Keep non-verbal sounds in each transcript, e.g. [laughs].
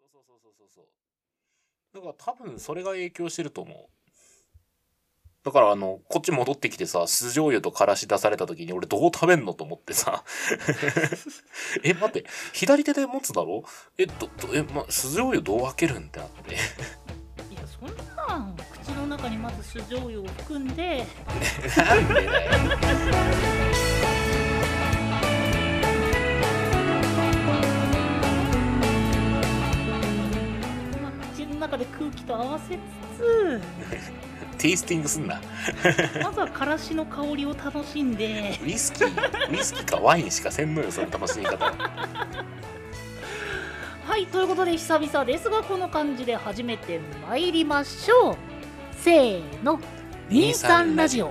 そうそうそうそうそうだから多分それが影響してると思うだからあのこっち戻ってきてさ酢醤油とからし出された時に俺どう食べんのと思ってさ [laughs] え待って左手で持つだろえどどえ、ま、酢醤油どう分けるんってなって [laughs] いやそんなん口の中にまず酢醤油を含んでなんでだよ。まあ口の中で空気と合わせつテイスティングすんなつまずはからしの香りを楽しんでウイスキーウイスキーかワインしかせんのよその楽しみ方はいということで久々ですがこの感じで始めてまいりましょうせーの「二二三三ララジジオ」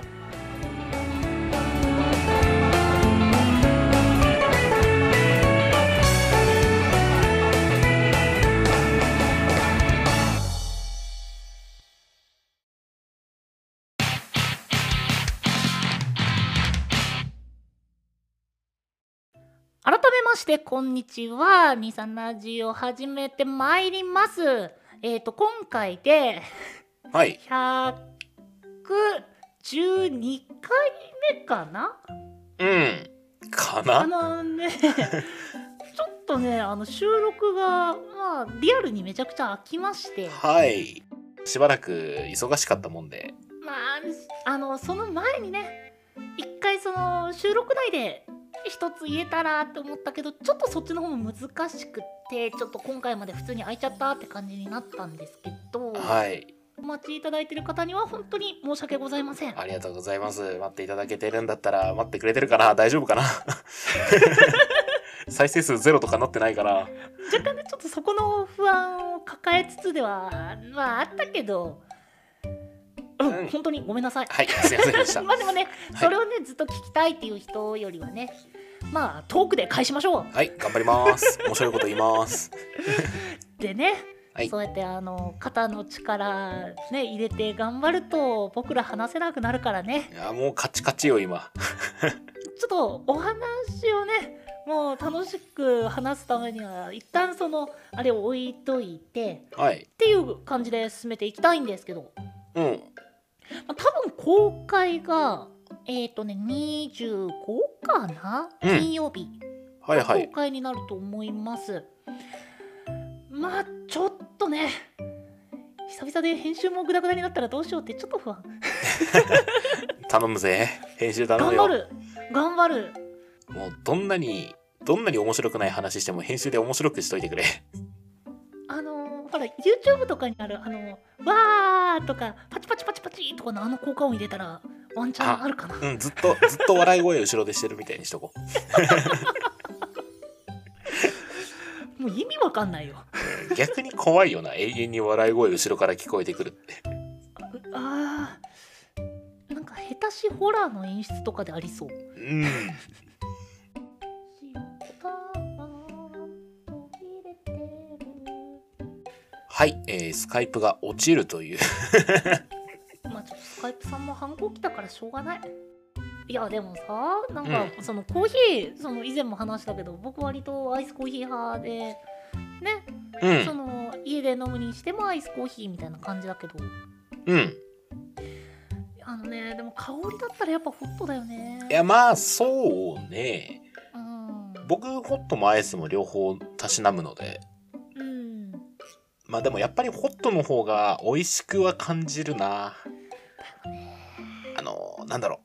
改めましてこんにちは二三ラジオ始めてまいりますえっ、と今回ではい112回目かなうんかあなのね [laughs] ちょっとねあの収録が、まあ、リアルにめちゃくちゃ空きましてはいしばらく忙しかったもんでまああのその前にね一回その収録内で一つ言えたらって思ったけどちょっとそっちの方も難しくってちょっと今回まで普通に空いちゃったって感じになったんですけど、はいお待ちいただいてる方には本当に申し訳ございません。ありがとうございます。待っていただけてるんだったら、待ってくれてるかな大丈夫かな [laughs] 再生数ゼロとかなってないから。若干ねちょっとそこの不安を抱えつつではまああったけど、うんうん本当にごめんなさい。はい、すいませんでした。まあでもね、いそれをねずっと聞きたいっていう人よりはねまあトークで返しましょうはい、頑張ります。面白いこと言います。でね、はいそうやってあの肩の力ね入れて頑張ると僕ら話せなくなるからねいや、もうカチカチよ、今。ちょっとお話をねもう楽しく話すためには一旦そのあれを置いといてはい。っていう感じで進めていきたいんですけどうん。まあ多分公開がえっ、とね25かな、うん金曜日はいは公い。開になると思います、まあちょっとね久々で編集もグダグダになったらどうしようってちょっと不安頼むぜ。編集頼む頑張よ。る頑張るもう、どんなに、どんなに面白くない話しても編集で面白くしといてくれ。あのーほら YouTube とかにあるあのーわーとかパチパチパチパチとかのあの効果音入れたらワンチャンあるかなうん、ずっと、ずっと笑い声を後ろでしてるみたいにしとこう。もう意味わかんないようん逆に怖いよな。永遠に笑い声後ろから聞こえてくるって。あーなんか下手しホラーの演出とかでありそううん。はい、えー、スカイプが落ちると [laughs] いう。まあちょっとスカイプさんも反抗期だからしょうがないいやでもさなんかそのコーヒー、その以前も話したけど僕割とアイスコーヒー派でね、うそん。の家で飲むにしてもアイスコーヒーみたいな感じだけどうん。あのねでも香りだったらやっぱホットだよねいや、まあ、そうね。うん僕、ホットもアイスも両方たしなむので。うんだよまあでもやっぱりホットの方が美味しくは感じるな。ねあの、なんだろ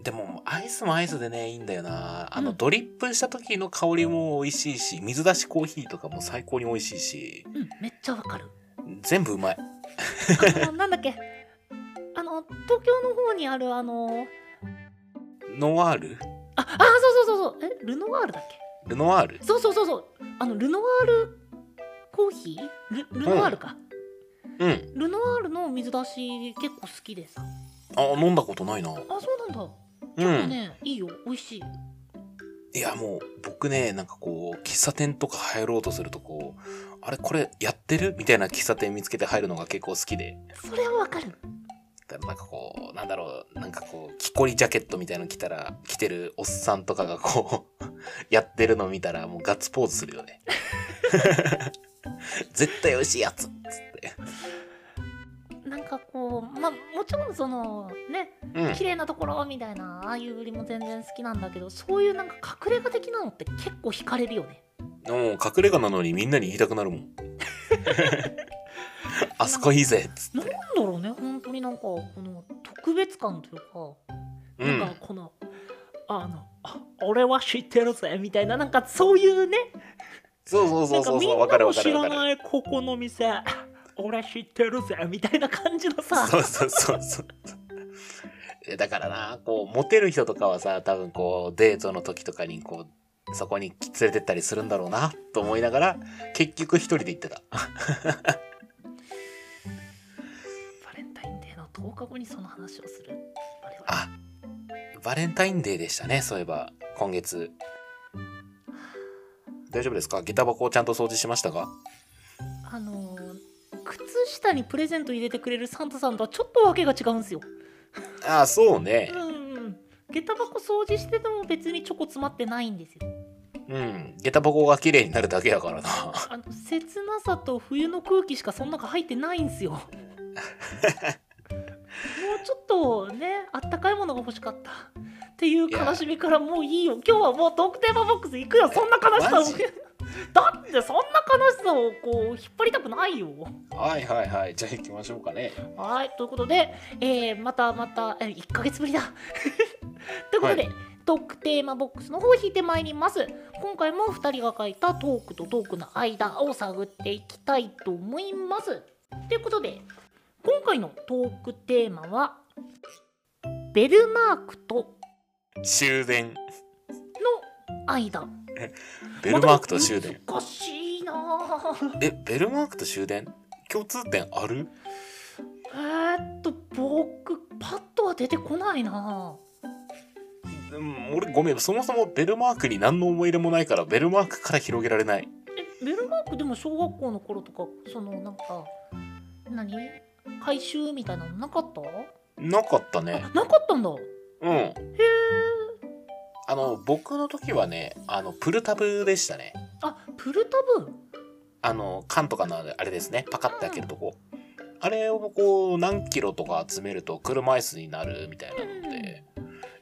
う。でも、アイスもアイスでね、いいんだよな。あの、うんドリップした時の香りも美味しいし、水出しコーヒーとかも最高に美味しいし、うんめっちゃ [laughs] わかる全部うまい。あのなんだっけあの東京の方にあるあのノワールああそうそうそうそうえルノワールだっけルノワールそうそうそうそうあのルノワールコーヒールルノワールか、うん。ルノワールの水出し結構好きでさあ、飲んだことないな。あそうなんだ、うでもん。ねいいよ美味しいいや、もう、僕ね、なんかこう、喫茶店とか入ろうとするとこう、あれ、これやってるみたいな喫茶店見つけて入るのが結構好きで。それはわかるだからなんかこうなんだろうなんかこう木こりジャケットみたいの着たら着てるおっさ [laughs] んとかがこうやってるの見たらもうガッツポーズするよね [laughs] 絶対美味しいやつっつって。なんかこうまあもちろんそのねうん綺麗なところみたいなああいう売りも全然好きなんだけどそういうなんか隠れ家的なのって結構惹かれるよねもう隠れ家なのにみんなに言いたくなる [laughs] もん。あそこいいぜっつって。なんだろうね本当になんかこの特別感というかうなんんか。この、あの、あ俺は知ってるぜみたいな、なんかそういうね、そうそうなそんうかそうみそんう。わかなるもわか知るわらかる。ないここの店、あ俺知ってるぜみたいな感じのさ、そうそうそうそう。えだからな、こう、モテる人とかはさ、多分こう、デートの時とかにこう、そこに連れてったりするんだろうな、と思いながら、結局一人で行ってた。バレンタインデーの10日後にその話をする。我々あ、バレンタインデーでしたね、そういえば、今月。大丈夫ですか下駄箱をちゃんと掃除しましたかあのー、靴下にプレゼント入れてくれるサンタさんとはちょっとわけが違うんですよ。ああ、そうねう。ん。下駄箱掃除してても別にチョコ詰まってないんですよ。うん。下駄箱が綺麗になるだけやからな。あの切なさと冬の空気しかその中入ってないんす [laughs] よもうちょっとねあったかいものが欲しかったっていう悲しみからもういいよ今日はもうトークテーマボックス行くよそんな悲しさをマジ [laughs] だってそんな悲しさをこう引っ張りたくないよはいはいはい。じゃあ行きましょうかね。はいということで、えーまたまたえ1ヶ月ぶりだ [laughs] ということで、はトークテーマボックスの方を引いてまいります今回も2人が書いたトークとトークの間を探っていきたいと思いますということで今回のトークテーマはベルマークと終電。の間ベルマークと終電。また難しいな [laughs] ぁえ、ベルマークと終電共通点あるえーっと僕パッとは出てこないなぁうん、俺ごめん。そもそもベルマークに何の思い入れもないから、ベルマークから広げられない。えベルマークでも小学校の頃とかそのなんか何回収みたいなのなかったなかったねあ。なかったんだへうん。えあの、僕の時はね、あの、プルタブでしたね。あプルタブあの、缶とかのあれですね。パカって開けるとこ。あれをこう、何キロとか集めると車椅子になるみたいなので、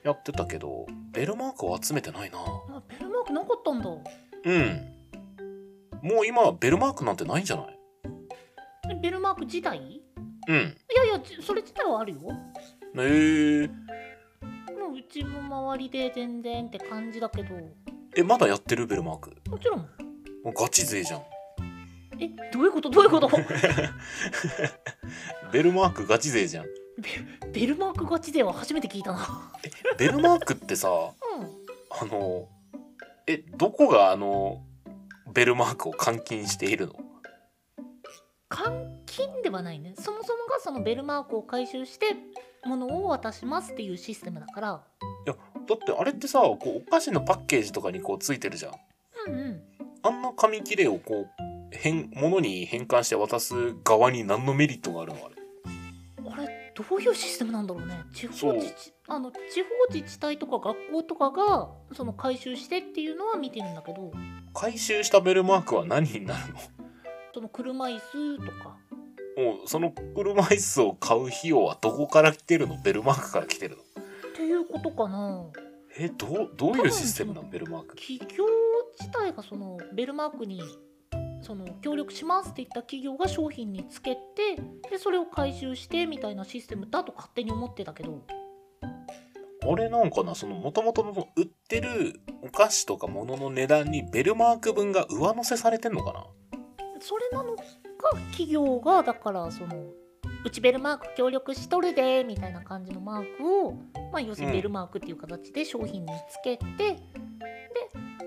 やってたけど、ベルマークを集めてないな。あベルマークなかったんだうん。もう今はベルマークなんてないんじゃないえベルマーク自体いうん。やいやじそれ自体はあるよもへえー。ううちも周りで全然って感じだけどえ、まだやってるベルマーク。もちろんもうガチ勢じゃん。えどういうことどういうことベルマークガチ勢じゃん。ベルマークガチ勢は初めて聞いたなベルマークってさ、うんあの、え、どこがあの、ベルマークを監禁しているの換金ではないねそもそもがそのベルマークを回収して物を渡しますっていうシステムだからだってあれってさ、こう、お菓子のパッケージとかにこうついてるじゃん。うんうんあんな紙切れをこう、変、物に変換して渡す側に何のメリットがあるのあれ。あれどういうシステムなんだろうね地そ方う自治あの地方自治体とか学校とかがその回収してっていうのは見てるんだけど回収したベルマークは何になるその車椅子とかのもう、その車椅子を買う費用はどこから来てるのベルマークから来てるのっていうことかなえ、どう、どういうシステムなのベルマーク。企業自体がそのベルマークにその協力しますって言った企業が商品につけてでそれを回収してみたいなシステムだと勝手に思ってたけどあれなんかな、その、もともとの売ってるお菓子とか物の値段にベルマーク分が上乗せされてんのかなそれなのか企業がだからそのうちベルマーク協力しとるでみたいな感じのマークを、まあ、要するにうんベルマークっていう形で商品につけて、で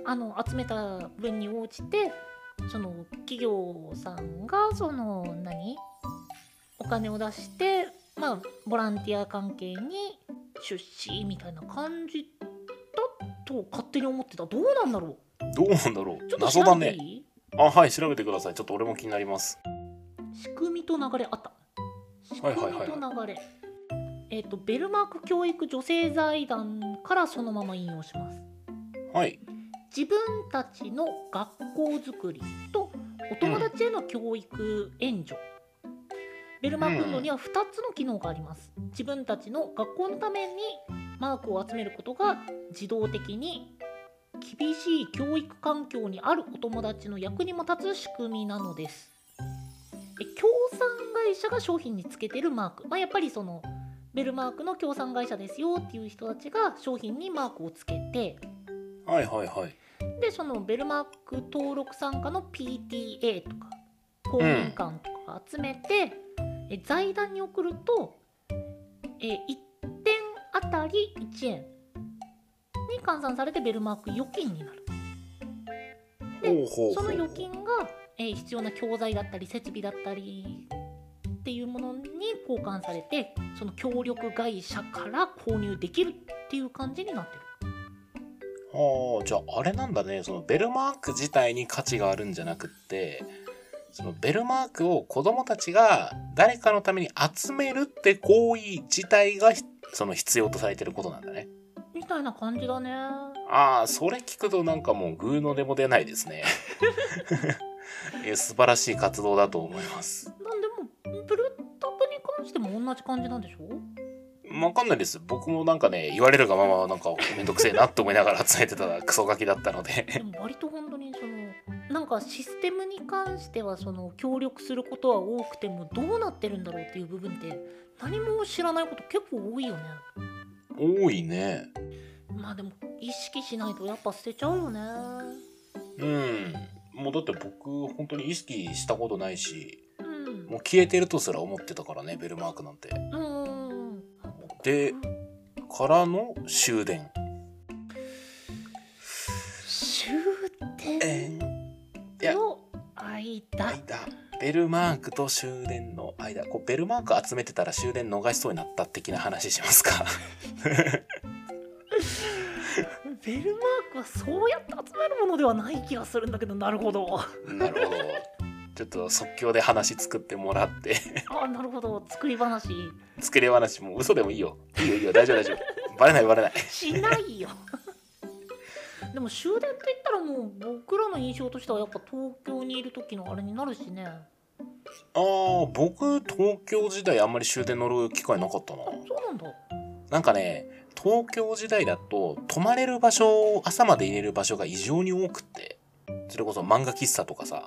あの集めた分に応じてその企業さんがその何お金を出して、まあ、ボランティア関係に出資みたいな感じだと勝手に思ってたどうなんだろどうなんだろうちうょっと謎調だべていね。い、あ、はい、調べてください。ちょっと俺も気になります。仕組みと流れあった仕は組いみはとい流れ、はいえっ、とベルマーク教育女性財団からそのまま引用しますはい。自分たちの学校づくりとお友達への教育援助、ベルマーク運動には2つの機能があります自分たちの学校のためにマークを集めることが自動的に厳しい教育環境にあるお友達の役にも立つ仕組みなのですえ協賛会社が商品につけてるマーク、まあ、やっぱりそのベルマークの協賛会社ですよっていう人たちが商品にマークをつけてはいはいはい。でそのベルマーク登録参加の PTA とか公民館とかが集めて、え財団に送るとえ1点あたり1円に換算されてベルマーク預金になるでほうほうほうその預金が、えー必要な教材だったり設備だったりっていうものに交換されてその協力会社から購入できるっていう感じになってる。ああ、じゃああれなんだね。そのベルマーク自体に価値があるんじゃなくって、そのベルマークを子供たちが誰かのために集めるって行為自体がひその必要とされてることなんだね。みたいな感じだね。ああ、それ聞くとなんかもうグーの音も出ないです [laughs] ね。え素晴らしい活動だと思います。なんでもブルータップに関しても同じ感じなんでしょわかんないです。僕もなんかね、言われるがままなんかめんどくせえなって思いながら集めてたらクソガキだったので。でも割と本当にそのなんかシステムに関してはその協力することは多くてもどうなってるんだろうっていう部分って何も知らないこと結構多いよね。多いね。まあでも意識しないとやっぱ捨てちゃうよね。うん。もうだって僕本当に意識したことないし、うん。もう消えてるとすら思ってたからね、ベルマークなんて。うん。で、からの終電。終点えいやの間。間ベルマークと終電の間こうベルマーク集めてたら終電逃しそうになった的な話しますかベルマークはそうやって集めるものではない気がするんだけどなるほど。なるほどちょっと即興で話作ってもらって [laughs] あなるほど作り話作り話もう嘘でもいいよいいよいいよ大丈夫大丈夫バレないバレないしないよ。でも終電って言ったらもう僕らの印象としてはやっぱ東京にいる時のあれになるしね。あー僕東京時代あんまり終電乗る機会なかったなあそうなんだ。なんかね東京時代だと泊まれる場所を朝まで入れる場所が異常に多くってそれこそ漫画喫茶とかさ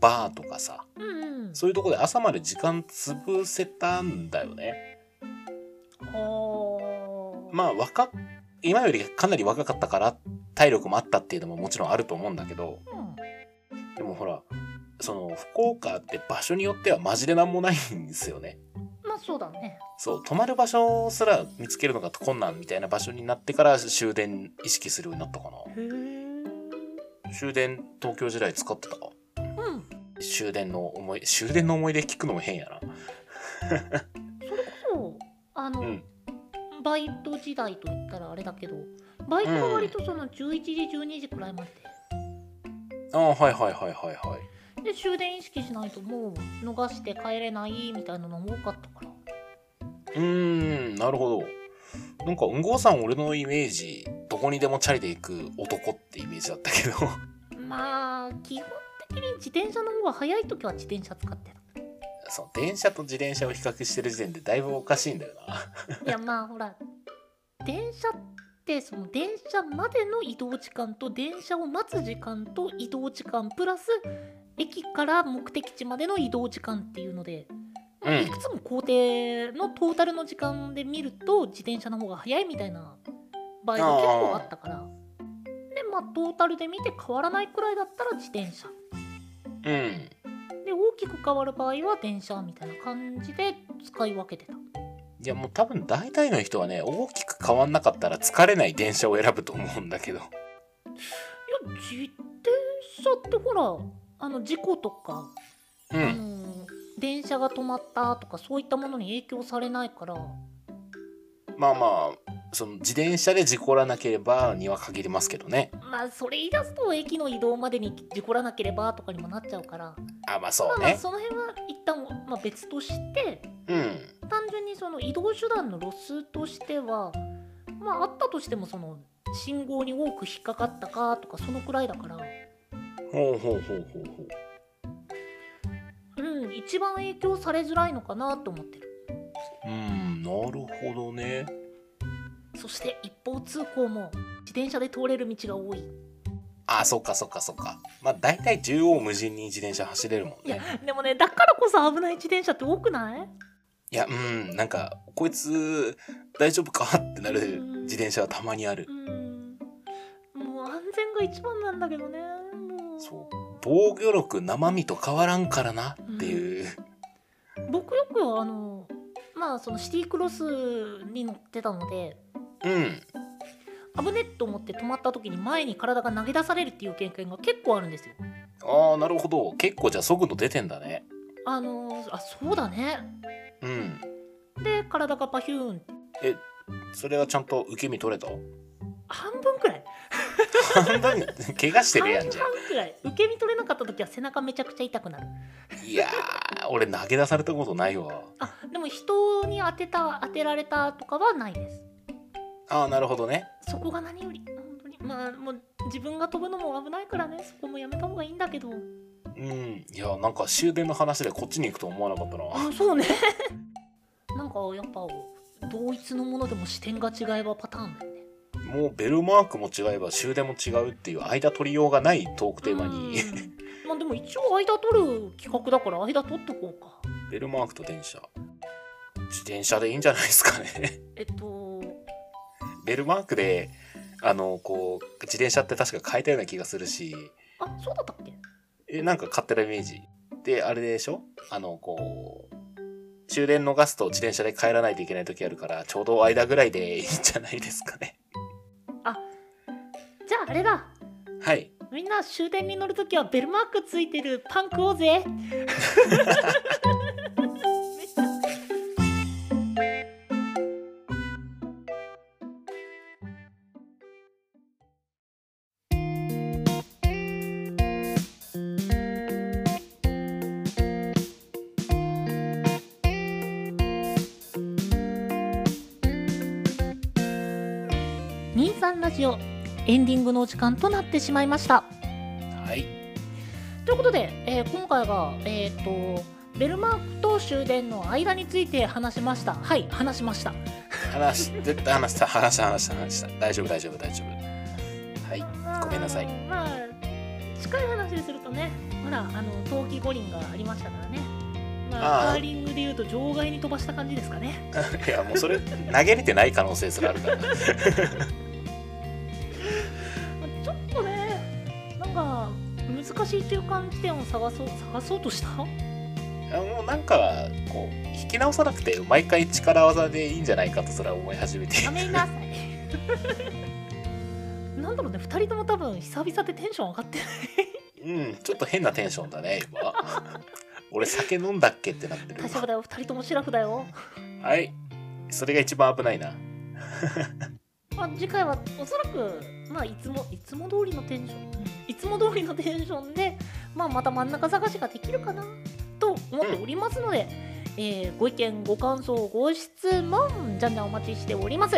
バーとかさうんうん。そういうとこで朝まで時間潰せたんだよね。ああ。まあ若、今よりかなり若かったから体力もあったっていうのももちろんあると思うんだけど、うんでもほら、その福岡って場所によってはマジでなんもないんですよね。まあそうだね。そう、泊まる場所すら見つけるのが困難みたいな場所になってから終電意識するようになったかへえ。な。終電東京時代使ってたかうん、終電の思い、終電の思い出聞くのも変やな。それこそあの、うん。バイト時代と言ったらあれだけどバイトは割とその11時12時くらいまでああ、はいはいはいはいはい。で終電意識しないともう逃して帰れないみたいなのも多かったからうーん、なるほど。なんか、うんごうさん俺のイメージ、どこにでもチャリで行く男ってイメージだったけど。 [laughs] まあ基本的に自転車の方が早い時は自転車使ってその電車と自転車を比較してる時点でだいぶおかしいんだよな。たいやまあほら電車ってその電車までの移動時間と電車を待つ時間と移動時間プラス駅から目的地までの移動時間っていうのでういくつも工程のトータルの時間で見ると自転車の方が早いみたいな場合が結構あったからでまあトータルで見て変わらないくらいだったら自転車ん。うん。で大きく変わる場合は電車みたいな感じで使い分けてたいや、もう多分大体の人はね、大きく変わんなかったら疲れない電車を選ぶと思うんだけど。いや自転車ってほらあの事故とか、うあん。の電車が止まったとかそういったものに影響されないからまあまあ、その自転車で事故らなければには限りますけどね。まあそれ言い出すと駅の移動までに事故らなければとかにもなっちゃうからあ、まあそうまあまあね。その辺は一旦、まあ、別としてうん。単純にその移動手段のロスとしてはまああったとしてもその信号に多く引っかかったかとかそのくらいだからほうほうほうほうほう。いうのに一番影響されづらいのかなと思ってるうんなるほどねそして一方通行も自転車で通れる道が多いあそっかそっかそっかまあ大体縦横無尽に自転車走れるもんいやねでもねだからこそ危ない自転車って多くないいやうんなんかこいつ大丈夫かってなる自転車はたまにあるうんもう安全が一番なんだけどねもうそう防御力生身と変わらんからなっていう、僕よくあのまあそのシティクロスに乗ってたのでうん危ねっと思って止まった時に前に体が投げ出されるっていう経験が結構あるんですよああなるほど結構じゃあ速度出てんだねあのあそうだねうんで体がパヒューンそれはちゃんと受け身取れた半分くらい半分 [laughs] 怪我してるやんじゃ半分くらい受け身取れなかった時は背中めちゃくちゃ痛くなるんいやー俺投げ出されたことないわあでも人に当てた当てられたとかはないですああなるほどねそこが何より本当にまあもう自分が飛ぶのも危ないからねそこもやめた方がいいんだけどうんいやなんか終電の話でこっちに行くと思わなかったなあそうね [laughs] なんかやっぱ同一のものでも視点が違えばパターンだよねもうベルマークも違えば終電も違うっていう間取りようがないトークテーマにうんまあでも一応間取る企画だから間取っとこうかベルマークと電車自転車でいいんじゃないですかねえっとベルマークであのこう自転車って確か変えたような気がするしあそうだったっけえなんか勝手なイメージであれでしょあのこう終電逃すと自転車で帰らないといけない時あるからちょうど間ぐらいでいいんじゃないですかね [laughs] じゃああれだはいみんな終電に乗るときはベルマークついてるパン食おうぜニーサンラジオエンディングのお時間となってしまいました。はいということで、えー今回が、えー、とベルマークと終電の間について話しました。はい、話しました。話し絶対話した話した話した話した大丈夫大丈夫大丈夫はいごめんなさいまあ、近い話にするとね、ほら、あの冬季五輪がありましたからね。まあ、あーカーリングでいうと場外に飛ばした感じですかね。いやもうそれ投げれてない可能性すらあるからまあちょっとね、なんか難しい中間地点を探そう探そうとした。あもうなんかこう引き直さなくて毎回力技でいいんじゃないかとすら思い始めてやめなさ [laughs] い。なんだろうね、二人とも多分久々でテンション上がってない。うんちょっと変なテンションだね今 [laughs] 俺酒飲んだっけってなってる大丈夫だよ、二人ともシラフだよ。はいそれが一番危ないなまあ、次回はおそらく、まあ、いつも、いつも通りのテンション。いつも通りのテンションで、まあ、また真ん中探しができるかなと思っておりますので。えーご意見、ご感想、ご質問、じゃんじゃんお待ちしております。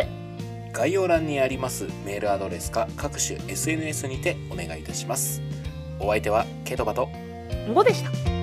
概要欄にありますメールアドレスか各種 SNS にてお願いいたしますお相手はケトバとうごでした。